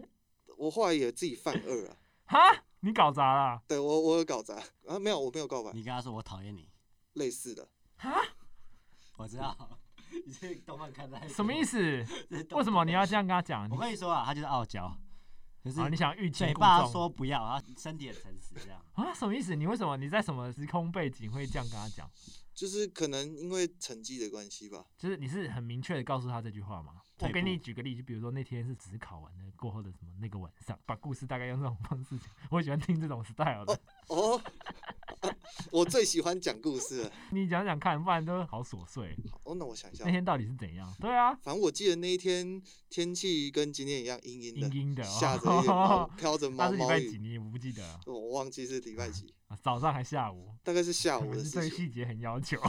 Speaker 3: 我后来也自己犯二啊，
Speaker 1: 哈，你搞砸啦！
Speaker 3: 对我我有搞砸啊，没有我没有告白，
Speaker 2: 你跟他说我讨厌你，
Speaker 3: 类似的，
Speaker 2: 我知道， (laughs) 你这动漫看太
Speaker 1: 什么意
Speaker 3: (laughs)
Speaker 2: 思？
Speaker 1: 思？
Speaker 2: 这动漫
Speaker 1: 为什么你要这样跟他讲？
Speaker 2: 我跟你说啊，他就是傲娇，可
Speaker 1: 啊，你
Speaker 2: 是
Speaker 1: 想欲擒
Speaker 2: 嘴
Speaker 1: 故
Speaker 2: 巴
Speaker 1: 纵
Speaker 2: 说不要，然后身体很诚实这样。
Speaker 1: 啊？什么意思？你为什么你在什么时空背景会这样跟他讲？
Speaker 3: 就是可能因为成绩的关系吧，
Speaker 1: 就是你是很明确的告诉他这句话吗？我
Speaker 2: 退
Speaker 1: 给
Speaker 2: 步
Speaker 1: 你举个例子，就比如说那天是只考完的过后的什么那个晚上，把故事大概用这种方式讲，我喜欢听这种 style 的。
Speaker 3: 哦， (laughs) 我最喜欢讲故事了。
Speaker 1: 你讲讲看，不然都好琐碎。
Speaker 3: 哦，那我想一下
Speaker 1: 那，天到底是怎样？对啊，
Speaker 3: 反正我记得那一天天气跟今天一样阴阴的
Speaker 1: 阴，阴的哦，
Speaker 3: 下着一点毛，飘着
Speaker 1: 那
Speaker 3: 毛
Speaker 1: 是礼
Speaker 3: 毛
Speaker 1: 拜几？
Speaker 3: 雨。
Speaker 1: 你我不记得了、
Speaker 3: 我忘记是礼拜几，
Speaker 1: 啊早上还下午，
Speaker 3: 大概是下
Speaker 1: 我
Speaker 3: 午
Speaker 1: 们
Speaker 3: 的
Speaker 1: 是对
Speaker 3: 事
Speaker 1: (laughs)
Speaker 3: 情。
Speaker 1: 细节很要求。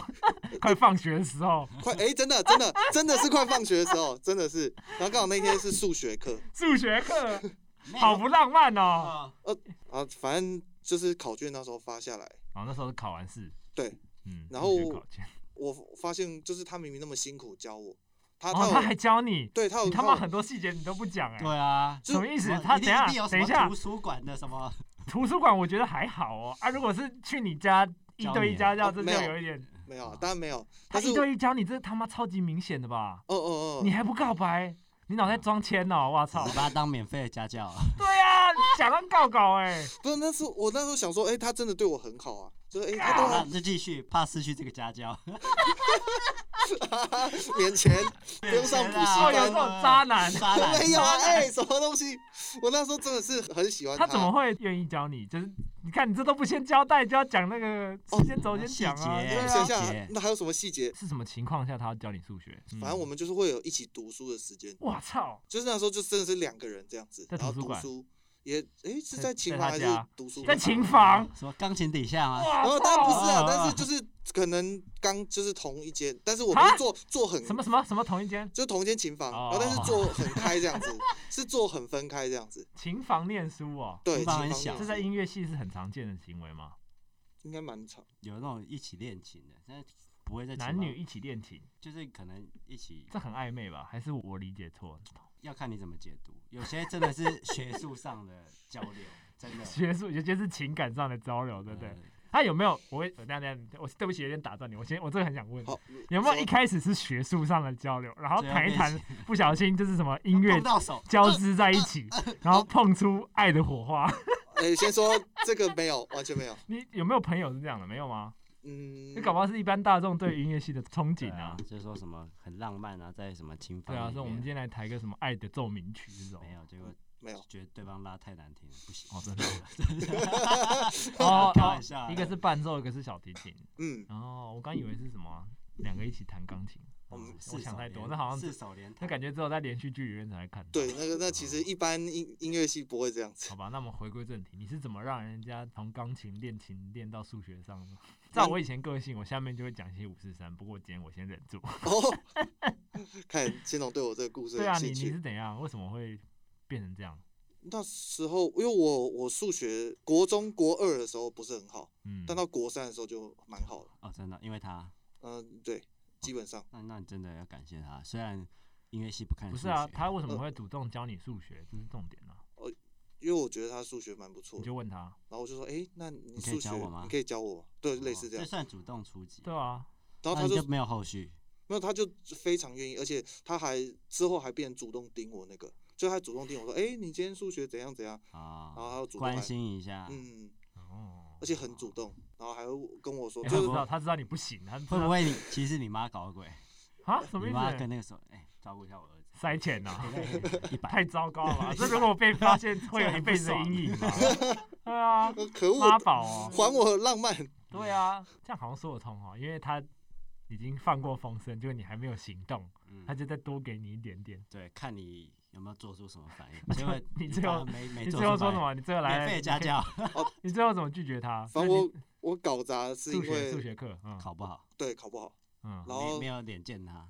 Speaker 1: 快放学的时候，
Speaker 3: 快，哎、真的，真的，真的是快放学的时候，真的是。然后刚好那天是数学课，
Speaker 1: 数学
Speaker 3: (laughs)
Speaker 1: 课
Speaker 2: 没有
Speaker 1: 好不浪漫哦。
Speaker 2: 啊
Speaker 3: 啊，反正就是考卷那时候发下来，
Speaker 1: 哦，那时候是考完试，
Speaker 3: 对，
Speaker 1: 嗯，
Speaker 3: 然
Speaker 1: 数学
Speaker 3: 后
Speaker 1: 考卷，
Speaker 3: 我发现就是他明明那么辛苦教我，他
Speaker 1: 哦，他
Speaker 3: 他
Speaker 1: 还
Speaker 3: 有
Speaker 1: 教你，
Speaker 3: 对他有
Speaker 1: 你他
Speaker 3: 看
Speaker 1: 妈
Speaker 3: 我
Speaker 1: 很多细节你都不讲哎、
Speaker 2: 对啊，
Speaker 1: 什么意思
Speaker 2: 什么？
Speaker 1: 他
Speaker 2: 一
Speaker 1: 等
Speaker 2: 定
Speaker 1: 一下
Speaker 2: 一定有什
Speaker 1: 等一
Speaker 2: 么
Speaker 1: 下
Speaker 2: 图，书馆的什么？
Speaker 1: 图书馆我觉得还好哦。啊，如果是去你家一
Speaker 2: 教
Speaker 1: 对一
Speaker 2: 你啊
Speaker 1: 家教，
Speaker 3: 哦
Speaker 1: 这就
Speaker 3: 没有
Speaker 1: 有一点，
Speaker 3: 没有，啊当然没有，
Speaker 1: 他
Speaker 3: 但是
Speaker 1: 一
Speaker 3: 我
Speaker 1: 对一教你，这他妈超级明显的吧？
Speaker 3: 哦哦
Speaker 1: 你
Speaker 3: 哦，
Speaker 1: 还不告白，你脑袋装铅哦！我操
Speaker 3: (laughs)
Speaker 2: 你，把它当免费的家教啊？
Speaker 1: 对啊，假装告告
Speaker 3: (laughs)
Speaker 1: 哎、
Speaker 3: 不是那时候我那时候想说，哎、他真的对我很好啊，就是哎、他都
Speaker 2: 好
Speaker 3: 很
Speaker 2: 那就继续，怕失去这个家教。
Speaker 3: (laughs) 免
Speaker 1: (laughs)
Speaker 3: 钱，不用上补
Speaker 1: 哦，
Speaker 2: (laughs)
Speaker 3: 习
Speaker 1: 有这
Speaker 3: 班。啊
Speaker 1: 种渣男，
Speaker 2: 渣男，
Speaker 3: 没有啊，哎、什么东西？我那时候真的是很喜欢
Speaker 1: 他怎么会愿意教你？就是你看，你这都不先交代，就要讲那个
Speaker 3: 哦
Speaker 1: 时间轴先讲啊，
Speaker 2: 细节
Speaker 1: 对
Speaker 3: 你想
Speaker 1: 啊。
Speaker 3: 想
Speaker 2: 细节，
Speaker 3: 那还有什么细节？
Speaker 1: 是什么情况下他要教你数学？嗯
Speaker 3: 反正我，们就是会有一起读书的时间，
Speaker 1: 我操，
Speaker 3: 就是那时候就真的是两个人这样子，
Speaker 1: 在
Speaker 3: 然后
Speaker 1: 图书
Speaker 3: 读
Speaker 1: 馆
Speaker 3: 书也，哎、是
Speaker 1: 在
Speaker 3: 在琴
Speaker 1: 在
Speaker 3: 房
Speaker 1: 他
Speaker 3: 还是
Speaker 1: 家
Speaker 3: 读书
Speaker 1: 在
Speaker 3: 馆？
Speaker 1: 琴房，
Speaker 2: 什么钢琴底下吗？
Speaker 1: 哇
Speaker 3: 然后
Speaker 1: 操，
Speaker 3: 当然不是啊
Speaker 1: 啊，
Speaker 3: 但是就是可能刚就是同一间，但是我不
Speaker 1: 啊
Speaker 3: 是坐坐很
Speaker 1: 什么什么什么同一间
Speaker 3: 就同一间琴房，然
Speaker 1: 哦
Speaker 3: 后但是
Speaker 1: (laughs)
Speaker 3: 坐很开这样子，是坐很分开这样子。
Speaker 1: 琴房念书哦，
Speaker 3: 对，啊
Speaker 2: 琴
Speaker 3: 琴
Speaker 2: 房很
Speaker 3: 房
Speaker 2: 小
Speaker 3: 念
Speaker 1: 这
Speaker 3: 书
Speaker 1: 在音乐系是很常见的行为吗？
Speaker 3: 应该蛮长，
Speaker 2: 有那种一起练琴的，但是不会在
Speaker 1: 男
Speaker 2: 琴房
Speaker 1: 女一起练琴，
Speaker 2: 就是可能一起
Speaker 1: 这很暧昧吧？还是我理解错？
Speaker 2: 要看你怎么解读，有些真的是学术上的交流，真的。
Speaker 1: 学术有些是情感上的交流，对不对
Speaker 2: 呃？
Speaker 1: 他有没有？我会，等一下等一下，我对不起，有点打断你。我先，我这个很想问，
Speaker 3: 好
Speaker 1: 有没有一
Speaker 3: 说
Speaker 1: 开始是学术上的交流，然后
Speaker 2: 最后哦
Speaker 1: 谈一
Speaker 2: 变
Speaker 1: 谈，不小心就是什么音乐
Speaker 2: 碰到手，
Speaker 1: 交织在一起，然后碰出爱的火花？ (laughs)
Speaker 3: 哎，先说这个没有，完全没有。
Speaker 1: 你有没有朋友是这样的？没有吗？
Speaker 3: 嗯
Speaker 1: 这，搞不好是一般大众对音乐系的憧
Speaker 2: 对
Speaker 1: 憬啊。
Speaker 2: 就是说什么很浪漫啊，在什么琴房
Speaker 1: 对啊，
Speaker 2: 里
Speaker 1: 所以我们
Speaker 2: 面
Speaker 1: 今天来谈一个什么爱的奏鸣曲这种。
Speaker 2: 没有，结果
Speaker 3: 没有。
Speaker 2: 觉得对方拉太难听了，不行。
Speaker 1: 哦，
Speaker 2: (laughs)
Speaker 1: 真的。哦，
Speaker 2: 开玩笑啊
Speaker 1: 哦一个是伴奏，一个是小提琴。
Speaker 3: 嗯，
Speaker 1: 哦，我刚以为是什么，两个一起弹钢琴。 (laughs)
Speaker 3: 我们
Speaker 2: 四
Speaker 1: 想
Speaker 2: 手
Speaker 1: 太多
Speaker 2: 连
Speaker 1: 那好像
Speaker 2: 四手连
Speaker 1: 那
Speaker 2: 弹，
Speaker 1: 感觉只有在连续剧里面才会看到。
Speaker 3: 对，那个那其实一般音音乐系不会这样子
Speaker 1: 好。吧，那我们回归正题，你是怎么让人家从钢琴练琴练到数学上的？照我以前个性，我下面就会讲一些五四三，不过今天我先忍住。
Speaker 3: (laughs) 哦，看先总对我这个故事
Speaker 1: 对
Speaker 3: 有
Speaker 1: 啊，你
Speaker 3: 兴
Speaker 1: 你
Speaker 3: 趣
Speaker 1: 是。怎样？为什么会变成这样？
Speaker 3: 那时候因为我我数学国中国二的时候不是很好，
Speaker 1: 嗯，
Speaker 3: 但到国三的时候就蛮好了。
Speaker 2: 哦，真的，因为他，
Speaker 3: 嗯，对，基本上
Speaker 2: 那那你真的要感谢他，虽然音乐系不看
Speaker 1: 不是
Speaker 2: 数
Speaker 1: 啊，
Speaker 2: 学
Speaker 1: 他为
Speaker 3: 呃
Speaker 1: 什么会主动教你数学？这是重点啊！
Speaker 3: 因为我觉得他数学蛮不错
Speaker 1: 你
Speaker 3: 的，
Speaker 1: 就问他，
Speaker 3: 然后我就说，哎，那你
Speaker 2: 你可以
Speaker 3: 数学
Speaker 2: 教我吗
Speaker 3: 你可以教我吗？对，类似
Speaker 2: 哦这
Speaker 3: 这样。
Speaker 2: 算主动出击。
Speaker 1: 对啊，
Speaker 3: 然
Speaker 2: 那
Speaker 3: 后他
Speaker 2: 你
Speaker 3: 就
Speaker 2: 就没有后续，
Speaker 3: 没有，他就非常愿意，而且他还之后还变主动盯我那个，就他主动盯我说，哎，你今天数学怎样怎样，然后
Speaker 2: 啊，
Speaker 3: 他又主动
Speaker 2: 关
Speaker 3: 来
Speaker 2: 心一下，
Speaker 3: 嗯，
Speaker 1: 哦，
Speaker 3: 而且很主动，然后还会跟我说，
Speaker 1: 欸。
Speaker 3: 就
Speaker 1: 他
Speaker 3: 是
Speaker 1: 知道，他知道你不行，他
Speaker 2: 会不
Speaker 1: 会
Speaker 2: 会你其实你妈搞的鬼？
Speaker 1: 啊？什么
Speaker 2: 你
Speaker 1: 意
Speaker 2: 妈
Speaker 1: 思
Speaker 2: 跟？那个时候，哎，照顾一下我儿子，
Speaker 1: 塞钱呐、啊？ (laughs)
Speaker 2: 一百，
Speaker 1: 太糟糕了吧！这如果
Speaker 2: (laughs)
Speaker 1: 被发现，会有一辈子的阴影吧？对啊，
Speaker 3: 呃可
Speaker 1: 妈
Speaker 3: 恶，
Speaker 1: 宝哦。
Speaker 3: 还我浪漫。
Speaker 1: 对啊，这样好像说得通哦，因为他已经放过风声，就是你还没有行动，
Speaker 2: 嗯
Speaker 1: 他就再多给你一点点。
Speaker 2: 对，看你有没有做出什么
Speaker 1: (laughs)
Speaker 2: 反应。结果
Speaker 1: 你最
Speaker 2: 反
Speaker 1: 后
Speaker 2: 而没没
Speaker 1: 你
Speaker 2: 做
Speaker 1: 最后
Speaker 2: 出
Speaker 1: 说什么？
Speaker 2: 反应？
Speaker 1: 你最后来
Speaker 2: 免费
Speaker 1: (laughs)
Speaker 2: 家，教
Speaker 1: 你最后怎么拒绝他？
Speaker 3: 反正
Speaker 1: 啊那
Speaker 3: 我
Speaker 1: 你
Speaker 3: 我搞砸是因
Speaker 1: 数学数
Speaker 3: 为
Speaker 1: 学课，嗯
Speaker 2: 考不好，
Speaker 3: 对考不好，
Speaker 1: 嗯，
Speaker 3: 然
Speaker 2: 没
Speaker 3: 后
Speaker 2: 没有脸见他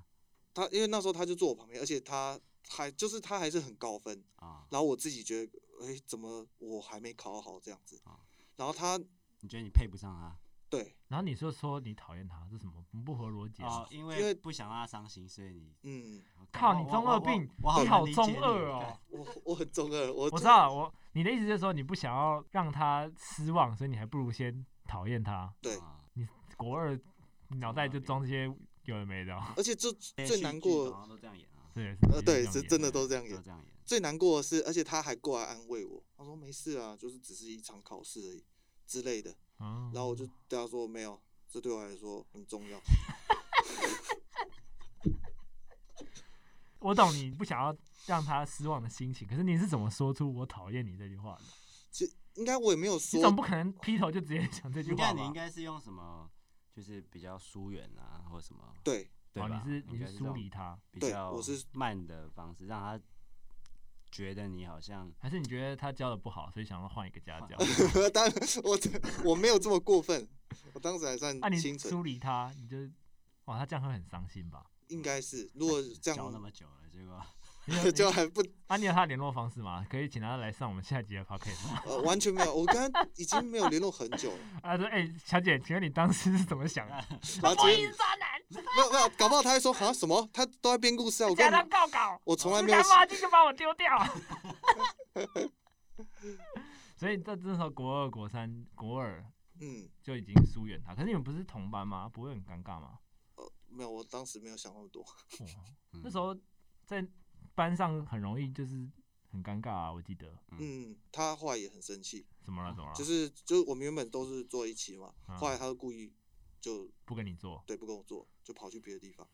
Speaker 3: 他因为那时候他就坐我旁边，而且他还就是他还是很高分，
Speaker 2: 啊？
Speaker 3: 然后我自己觉得，哎，怎么我还没考好这样子
Speaker 2: 啊？
Speaker 3: 然后他
Speaker 2: 你觉得你配不上他？
Speaker 3: 对，
Speaker 1: 然后你说说你讨厌他，这什么不合逻辑啊？
Speaker 2: 哦，因
Speaker 3: 因
Speaker 2: 为
Speaker 3: 为
Speaker 2: 不想让他伤心，所以你
Speaker 3: 嗯，
Speaker 1: 靠
Speaker 2: 我
Speaker 1: 你
Speaker 2: 我
Speaker 1: 中
Speaker 2: 我
Speaker 1: 二
Speaker 2: 我
Speaker 1: 病
Speaker 2: 我好
Speaker 1: 你
Speaker 2: 难
Speaker 1: 好
Speaker 2: 理
Speaker 1: 中
Speaker 2: 解你
Speaker 1: 二哦
Speaker 2: 干
Speaker 3: 我我很中二，我
Speaker 1: 我
Speaker 3: 我
Speaker 1: 知道，我你的意思就是说你不想要让他失望，所以你还不如先讨厌他。
Speaker 3: 对
Speaker 2: 啊
Speaker 1: 国二脑
Speaker 3: 啊
Speaker 1: 袋就装这些有的没的哦，
Speaker 3: (laughs) 而且最
Speaker 2: 连
Speaker 3: 最
Speaker 2: 续
Speaker 3: 难
Speaker 2: 剧
Speaker 3: 过
Speaker 2: 好像都这样演啊，
Speaker 1: 对
Speaker 3: 呃，对，是 (laughs) 真的
Speaker 2: 对
Speaker 3: 都这样演
Speaker 2: 都。这样演。
Speaker 3: 最难过的是，而且他还过来安慰我，他说没事啊，就是只是一场考试而已之类的。
Speaker 1: 然
Speaker 3: 然后我就对他说没有，这对我来说很重要。
Speaker 1: 我懂你不想要让他失望的心情，可是你是怎么说出“我讨厌你”这句话的？
Speaker 3: 其实应该我也没有
Speaker 1: 你
Speaker 3: 说，
Speaker 1: 总不可能劈头就直接讲这句
Speaker 2: 应
Speaker 1: 话
Speaker 2: 该你应
Speaker 1: 吧？哦
Speaker 2: 该是用什么，就是比较疏远啊，或者什么，
Speaker 3: 对
Speaker 2: 对
Speaker 1: 哦，
Speaker 2: 吧？
Speaker 1: 你是
Speaker 2: 应
Speaker 1: 你
Speaker 2: 该
Speaker 1: 是
Speaker 2: 是这
Speaker 1: 梳
Speaker 2: 种
Speaker 1: 理他，
Speaker 2: 比
Speaker 3: 对
Speaker 2: 较
Speaker 3: 我是
Speaker 2: 慢的方式，让他觉得你好像
Speaker 1: 还是你觉得他教的不好，所以想要换一个家教？
Speaker 3: (laughs) 当我我没有这么过分，我当时还算
Speaker 1: 啊，你
Speaker 3: 清纯，
Speaker 1: 梳理他，你就哇，他这样会很伤心
Speaker 3: (laughs)
Speaker 1: 吧？
Speaker 3: 应该是如果
Speaker 2: 教
Speaker 3: 这
Speaker 2: 哎那
Speaker 3: 样
Speaker 2: 么久了，结果
Speaker 1: 你有
Speaker 3: (laughs) 就还不
Speaker 1: 啊，你有他的联络方式吗？可以请他来上我们下一集的 podcast 吗 (laughs)
Speaker 3: 呃完全没有，我跟他已经没有联络很久了。
Speaker 1: 啊，说哎、小姐，请问你当时是怎么
Speaker 3: (laughs)
Speaker 1: 想的？
Speaker 3: 然后
Speaker 1: 我
Speaker 3: 今
Speaker 1: 一
Speaker 3: 天
Speaker 1: 直渣男，
Speaker 3: 没有没有，搞不好他还说好像什么，他都在编故事啊。我
Speaker 1: 加
Speaker 3: 跟你
Speaker 1: 上告稿，
Speaker 3: 我从来
Speaker 1: 你
Speaker 3: 没有
Speaker 1: 他妈就就把我丢掉。
Speaker 3: (laughs)
Speaker 1: 所以这这时候国二、国三、国二
Speaker 3: 嗯
Speaker 1: 就已经疏远他。可是你们不是同班吗？不会很尴尬吗？
Speaker 3: 呃没有，我当时没有想那么多。
Speaker 1: 哇，
Speaker 2: 嗯
Speaker 1: 那时候在班上很容易就是很尴尬啊，我记得
Speaker 3: 嗯，他后来也很生气，
Speaker 1: 怎么了怎么了，
Speaker 3: 啊就是就是我们原本都是坐一起嘛，
Speaker 1: 嗯
Speaker 3: 后来他就故意就
Speaker 1: 不跟你做，
Speaker 3: 对不跟我做，就跑去别的地方，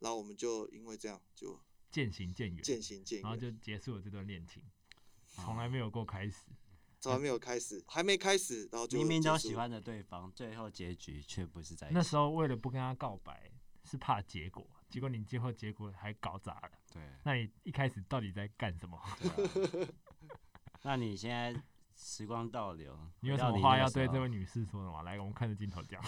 Speaker 3: 然后我们就因为这样就
Speaker 1: 渐行渐远，
Speaker 3: 渐行渐
Speaker 1: 然后
Speaker 3: 远，
Speaker 1: 就结束了这段恋情，
Speaker 3: 哦
Speaker 2: 啊
Speaker 1: 从来没有过开始。
Speaker 3: 从来没有开始，还没开始，然后就
Speaker 2: 明明都
Speaker 3: 结束
Speaker 2: 喜欢着对方，最后结局却不
Speaker 3: 哎
Speaker 2: 是在一
Speaker 1: 那
Speaker 2: 起。
Speaker 1: 时候为了不跟他告白，是怕结果，结果你最后结果还搞砸了。
Speaker 2: 对，
Speaker 1: 那你一开始到底在干什么？
Speaker 2: 对啊那你现在时光倒流，
Speaker 1: (laughs) 你有
Speaker 2: 回
Speaker 1: 什
Speaker 2: 到
Speaker 1: 么
Speaker 2: 那
Speaker 1: 话
Speaker 2: 个
Speaker 1: 要
Speaker 2: 时
Speaker 1: 对这
Speaker 2: 候
Speaker 1: 位女士说的吗？来，我们看着镜头
Speaker 3: (laughs)
Speaker 1: 讲。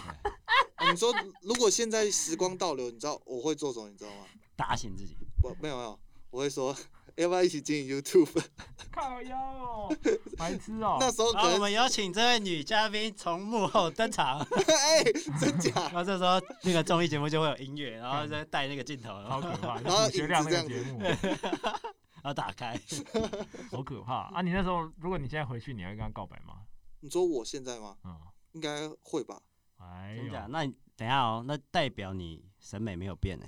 Speaker 3: 啊你说如果现在时光倒流，你知道我会做什么？你知道吗？
Speaker 2: 打醒自己？
Speaker 3: 我没有没有，我会说要不要一起经营 YouTube？。
Speaker 1: 靠腰哦，白痴哦
Speaker 3: 那时候可
Speaker 2: 然后我
Speaker 3: 能
Speaker 2: 们有请这位女嘉宾从幕后登场，
Speaker 1: (laughs)
Speaker 3: 哎、真假 (laughs)
Speaker 2: 然？后这时候那个综艺节目就会有音乐，然后再带那个镜头，然
Speaker 1: 嗯好
Speaker 2: 后
Speaker 1: 可
Speaker 3: (laughs)
Speaker 1: 怕！
Speaker 3: 然后
Speaker 1: 那
Speaker 3: 影
Speaker 1: 学
Speaker 3: 子
Speaker 1: 亮那个
Speaker 3: 这样
Speaker 1: 节
Speaker 3: 子
Speaker 1: 目
Speaker 2: 然后打开，
Speaker 1: (laughs) 好可怕 (laughs) 啊！你那时候，如果你现在回去，你还会跟他告白吗？
Speaker 3: 你说我现在吗？
Speaker 1: 嗯，
Speaker 3: 应该会吧。
Speaker 1: 哎
Speaker 2: 真
Speaker 1: 呦，
Speaker 2: 假？那你等一下哦，那代表你审美没有变呢？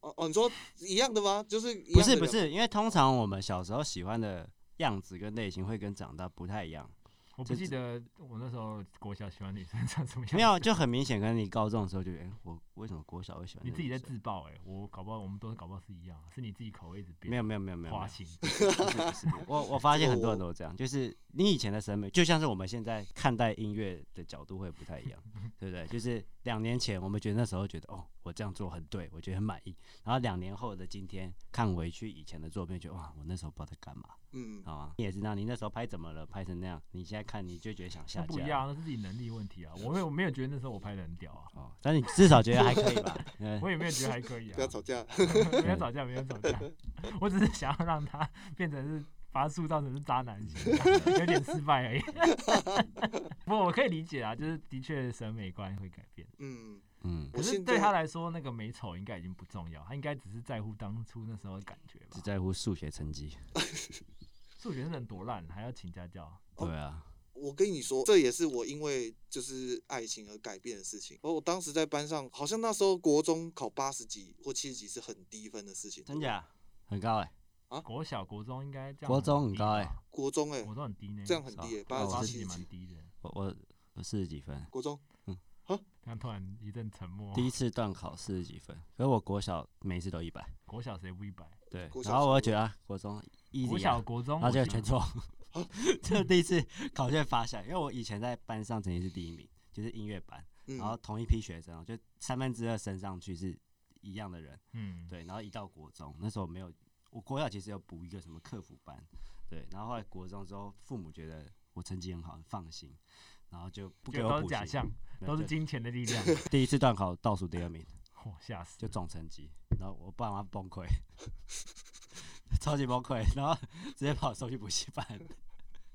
Speaker 3: 哦哦，你说一样的吗？就是一
Speaker 2: 不
Speaker 3: 样
Speaker 2: 是
Speaker 3: 的
Speaker 2: 不
Speaker 3: 人
Speaker 2: 是，因为通常我们小时候喜欢的样子跟类型会跟长大不太一
Speaker 1: (laughs)
Speaker 2: 样，
Speaker 1: 我不
Speaker 2: 这
Speaker 1: 记得我那时候国小喜欢女生长什么
Speaker 2: (laughs)
Speaker 1: 样。
Speaker 2: 没，有就很明显，跟你高中的时候就觉得，哎我为什么国小会喜欢
Speaker 1: 你
Speaker 2: 这
Speaker 1: 自己在
Speaker 2: 个女生？
Speaker 1: 自爆哎、我搞不好我们都是搞不好是一样，啊是你自己口味一直变。
Speaker 2: 没有没有没有没有没有
Speaker 1: 花 (laughs) 心，
Speaker 2: 不是不是不是我我发现很多人
Speaker 3: 这
Speaker 2: 都这样，就是你以前的审美，就像是我们现在看待音乐的角度会不太一样，对不对？就是两年前我们觉得那时候觉得哦，我这样做很对，我觉得很满意，然后两年后的今天看回去以前的作品，觉得哇，我那时候不知道在干嘛，
Speaker 3: 嗯，
Speaker 2: 好吗？你也知道，你那时候拍怎么了，拍成那样，你现在看你就觉得想
Speaker 1: 那
Speaker 2: 下
Speaker 1: 不一
Speaker 2: 架了。
Speaker 1: 样，那是自己能力问题啊。我没有没有觉得那时候我拍的很屌啊，
Speaker 2: 哦，但你至少觉得还可以
Speaker 1: (laughs)
Speaker 2: 吧？嗯
Speaker 1: 我也没有觉得还可以啊。
Speaker 3: 不要吵架。
Speaker 1: (laughs) 没有吵架，没有吵架， (laughs) 我只是想要让他变成是把他塑造成是渣男型，
Speaker 3: (laughs)
Speaker 1: 有点失败而已。 (laughs) 不过我可以理解啊，就是的确审美观会改变，
Speaker 3: 嗯， (laughs)
Speaker 2: 嗯，
Speaker 1: 可
Speaker 3: 我
Speaker 1: 是
Speaker 3: 现
Speaker 1: 对他
Speaker 3: 在
Speaker 1: 来说，那个美丑应该已经不重要，他应该只是在乎当初那时候的感觉吧
Speaker 2: 只。在乎数学成绩。
Speaker 1: 数学能多烂，还要请家教？
Speaker 3: 哦
Speaker 2: 对啊，
Speaker 3: 我跟你说，这也是我因为就是爱情而改变的事情。而我当时在班上，好像那时候国中考八十几或七十几是很低分的事情。
Speaker 2: 真？假很高哎、
Speaker 1: 国小、国中应该这样。
Speaker 2: 国中很高
Speaker 1: 哎
Speaker 2: 欸，
Speaker 3: 国中哎、
Speaker 1: 国中很低呢，
Speaker 3: 这样很低、欸，
Speaker 2: 是啊
Speaker 3: 八
Speaker 1: 八
Speaker 3: 十
Speaker 1: 十
Speaker 3: 七
Speaker 1: 几
Speaker 3: 十
Speaker 1: 蛮
Speaker 3: 几。
Speaker 1: 低的。
Speaker 2: 我我我四十几分。
Speaker 3: 国中
Speaker 1: 刚突然一阵沉默。
Speaker 2: 第一次段考四十几分，可是我国小每一次都一百，
Speaker 1: 国小谁不一百？
Speaker 2: 对
Speaker 3: 国，小
Speaker 2: 然后我就
Speaker 3: 差不多
Speaker 2: 觉得啊国中一啊
Speaker 1: 国小、国中，
Speaker 2: 然后
Speaker 1: 我
Speaker 2: 就
Speaker 1: 记
Speaker 2: 全
Speaker 1: 得
Speaker 2: 错， (laughs) 这第一次考卷发下来，因为我以前在班上曾经是第一名，就是音乐班，
Speaker 3: 嗯
Speaker 2: 然后同一批学生哦，就三分之二升上去是一样的人，
Speaker 1: 嗯，
Speaker 2: 对，然后一到国中，那时候没有，我国小其实有补一个什么客服班，对，然后后来国中之后，父母觉得我成绩很好，很放心，然后就不
Speaker 1: 不
Speaker 2: 给
Speaker 1: 都
Speaker 2: 我
Speaker 1: 是
Speaker 2: 补
Speaker 1: 假
Speaker 2: 习，
Speaker 1: 象，
Speaker 2: 没有
Speaker 1: 都是
Speaker 2: 就
Speaker 1: 金钱的力
Speaker 2: (laughs)
Speaker 1: 量。
Speaker 2: 第一次段考倒数第二名。
Speaker 1: 哦，吓死！
Speaker 2: 就总成绩，然后我爸妈崩溃， (laughs) 超级崩溃，然后直接把我送去补习班，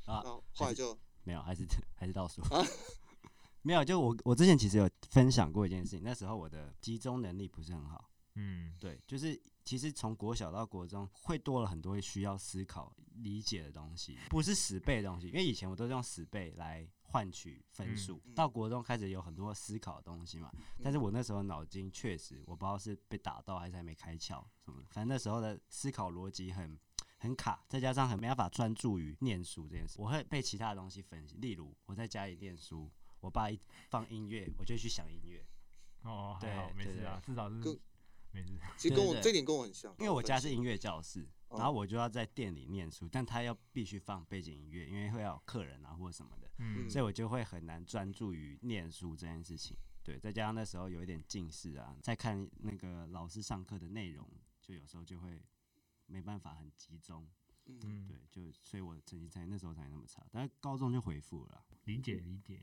Speaker 3: 然后后来就
Speaker 2: 没有，还是还是倒数， (laughs) 没有，就我我之前其实有分享过一件事情，那时候我的集中能力不是很好，
Speaker 1: 嗯，
Speaker 2: 对，就是其实从国小到国中会多了很多需要思考、理解的东西，不是死背的东西，因为以前我都是用死背来换取分
Speaker 1: 嗯
Speaker 2: 数，
Speaker 3: 嗯
Speaker 2: 到国中开始有很多思考的东西嘛，但是我那时候脑筋确实我不知道是被打到还是还没开窍什么的，反正那时候的思考逻辑很。很卡，再加上很没办法专注于念书这件事，我会被其他的东西分析。例如，我在家里念书，我爸一放音乐，我就去想音乐，
Speaker 1: 哦，还
Speaker 2: 对
Speaker 1: 好，没
Speaker 2: 对
Speaker 1: 事
Speaker 2: 对
Speaker 1: 啊，至少是
Speaker 3: 跟
Speaker 1: 没事。
Speaker 3: 其实跟我
Speaker 2: 对对对
Speaker 3: 这点跟我很像，啊
Speaker 2: 因为我家是音
Speaker 3: 乐，
Speaker 2: 乐教室，
Speaker 3: 哦
Speaker 2: 然后我就要在店里念书，但他要必须放背景音乐，因为会要有客人啊或者什么的，
Speaker 1: 嗯
Speaker 3: 嗯
Speaker 2: 所以我就会很难专注于念书这件事情。对，再加上那时候有一点近视啊，在看那个老师上课的内容，就有时候就会没办法很集中。
Speaker 3: 嗯，
Speaker 1: 嗯，
Speaker 2: 对，就所以我成绩才那时候才那么差，但是高中就恢复了啦，
Speaker 1: 理解理
Speaker 2: (laughs)
Speaker 1: 解。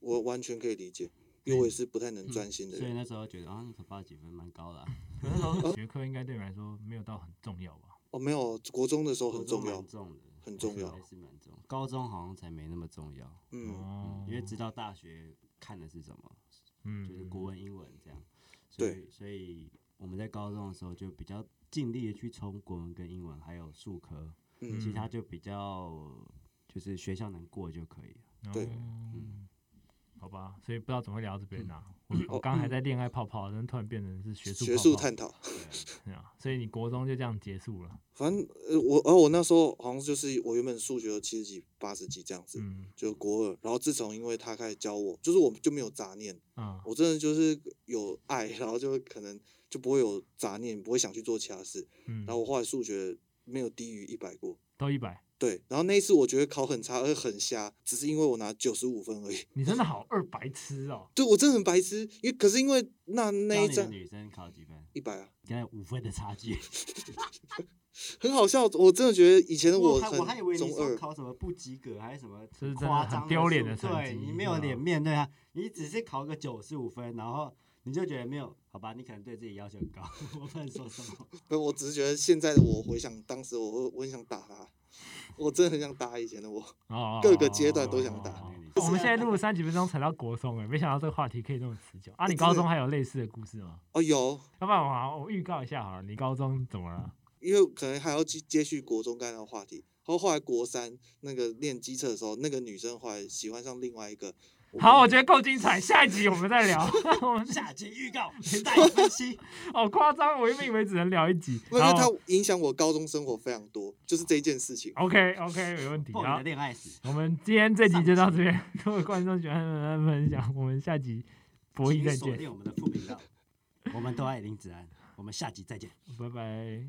Speaker 3: 我完全可以理解，因为我也是不太能专心的
Speaker 2: 嗯所以
Speaker 3: 人。
Speaker 2: 那时候觉得啊，你可报几分蛮高的啊、
Speaker 1: 可是那时候学科应该对你来说没有到很重要吧？
Speaker 3: 哦，没有，国中的时候
Speaker 2: 国
Speaker 3: 很
Speaker 2: 中
Speaker 3: 重要
Speaker 2: 蛮，重的，
Speaker 3: 很重要
Speaker 2: 还是蛮重，高中好像才没那么重要。
Speaker 3: 嗯，
Speaker 1: 哦
Speaker 2: 嗯，，因为知道大学看的是什么，
Speaker 1: 嗯
Speaker 2: 就是国文、英文这样。所
Speaker 3: 对
Speaker 2: 以，所以我们在高中的时候就比较尽力的去冲国文跟英文，还有数科，
Speaker 3: 嗯
Speaker 2: 其他就比较就是学校能过就可以
Speaker 1: (laughs)
Speaker 2: 了。
Speaker 3: 对
Speaker 1: 嗯，好吧，所以不知道怎么会聊到这边
Speaker 2: 嗯
Speaker 1: 啊。我
Speaker 2: 哦
Speaker 1: 我刚刚还在恋爱泡泡，然后突然变成是学术
Speaker 3: 学
Speaker 1: 泡
Speaker 3: 术
Speaker 1: 泡
Speaker 3: 探讨。
Speaker 2: 对啊
Speaker 1: 对啊，所以你国中就这样结束了。
Speaker 3: 反正呃，我而我那时候好像就是我原本数学有七十几、八十几这样子，
Speaker 1: 嗯
Speaker 3: 就国二。然后自从因为他开始教我，就是我就没有杂念，
Speaker 1: 嗯
Speaker 2: 哦
Speaker 3: 我真的就是有爱，然后就可能就不会有杂念，不会想去做其他事。
Speaker 1: 嗯，
Speaker 3: 然后我后来数学没有低于一百过，
Speaker 1: 都一百，
Speaker 3: 对。然后那一次我觉得考很差，而且很瞎，只是因为我拿九十五分而已。
Speaker 1: 你真的好二白痴哦。
Speaker 3: 对我真的很白痴，因为可是因为那那
Speaker 2: 当年
Speaker 3: 一
Speaker 2: 的
Speaker 3: 站
Speaker 2: 女生考几分？
Speaker 3: 一百啊，
Speaker 2: 跟那五分的差
Speaker 1: (laughs)
Speaker 2: 距。
Speaker 3: 很好笑。我真的觉得以前的
Speaker 2: 我还我还以为
Speaker 3: 很
Speaker 2: 你
Speaker 3: 中
Speaker 2: 说
Speaker 3: 二，
Speaker 2: 考什么不及格，还是什么
Speaker 1: 这是真的
Speaker 2: 夸张
Speaker 1: 很丢脸的
Speaker 2: 数
Speaker 1: 成
Speaker 2: 对
Speaker 1: 绩
Speaker 2: 你没有
Speaker 1: 对啊
Speaker 2: 脸面对啊，你只是考个九十五分，然后你就觉得没有好吧，你可能对自己要求很高， (laughs) 我不能说什么。
Speaker 3: 不，我只是觉得现在的我回想当时我，我我很想打他，我真的很想打以前的我。
Speaker 1: 哦，
Speaker 3: 各个阶段都想打
Speaker 1: 哦哦哦我们现在录了三几分钟才到国中哎，没想到这个话题可以这么持久啊！你
Speaker 3: 真
Speaker 1: 高
Speaker 3: 的
Speaker 1: 中还有类似的故事吗？
Speaker 3: 哦，有，
Speaker 1: 要不然我好我预告一下好了，你高中怎么了？
Speaker 3: 因为可能还要接接续国中刚才那个话题。然后后来国三那个练机车的时候，那个女生后来喜欢上另外一个。
Speaker 1: 好，我
Speaker 3: 就
Speaker 1: 觉得够精彩，下一集我们再聊。我们
Speaker 2: 下集
Speaker 1: (laughs)
Speaker 2: 预告再分析。
Speaker 1: 好夸张，我原以为只能聊一集。
Speaker 3: 因为
Speaker 1: 然
Speaker 3: 她
Speaker 1: 后
Speaker 3: 影响我高中生活非常多，就是这件事情。
Speaker 1: OK OK 没问题。
Speaker 2: 破你
Speaker 1: 好
Speaker 2: 的，恋爱史，
Speaker 1: 我们今天这集就到这边。如果观众喜欢，慢慢分享。我们下集博弈
Speaker 2: 请
Speaker 1: 再
Speaker 2: 锁
Speaker 1: 见，
Speaker 2: 定我们的副频道，我们都爱林子安，我们下集再见。
Speaker 1: 拜拜。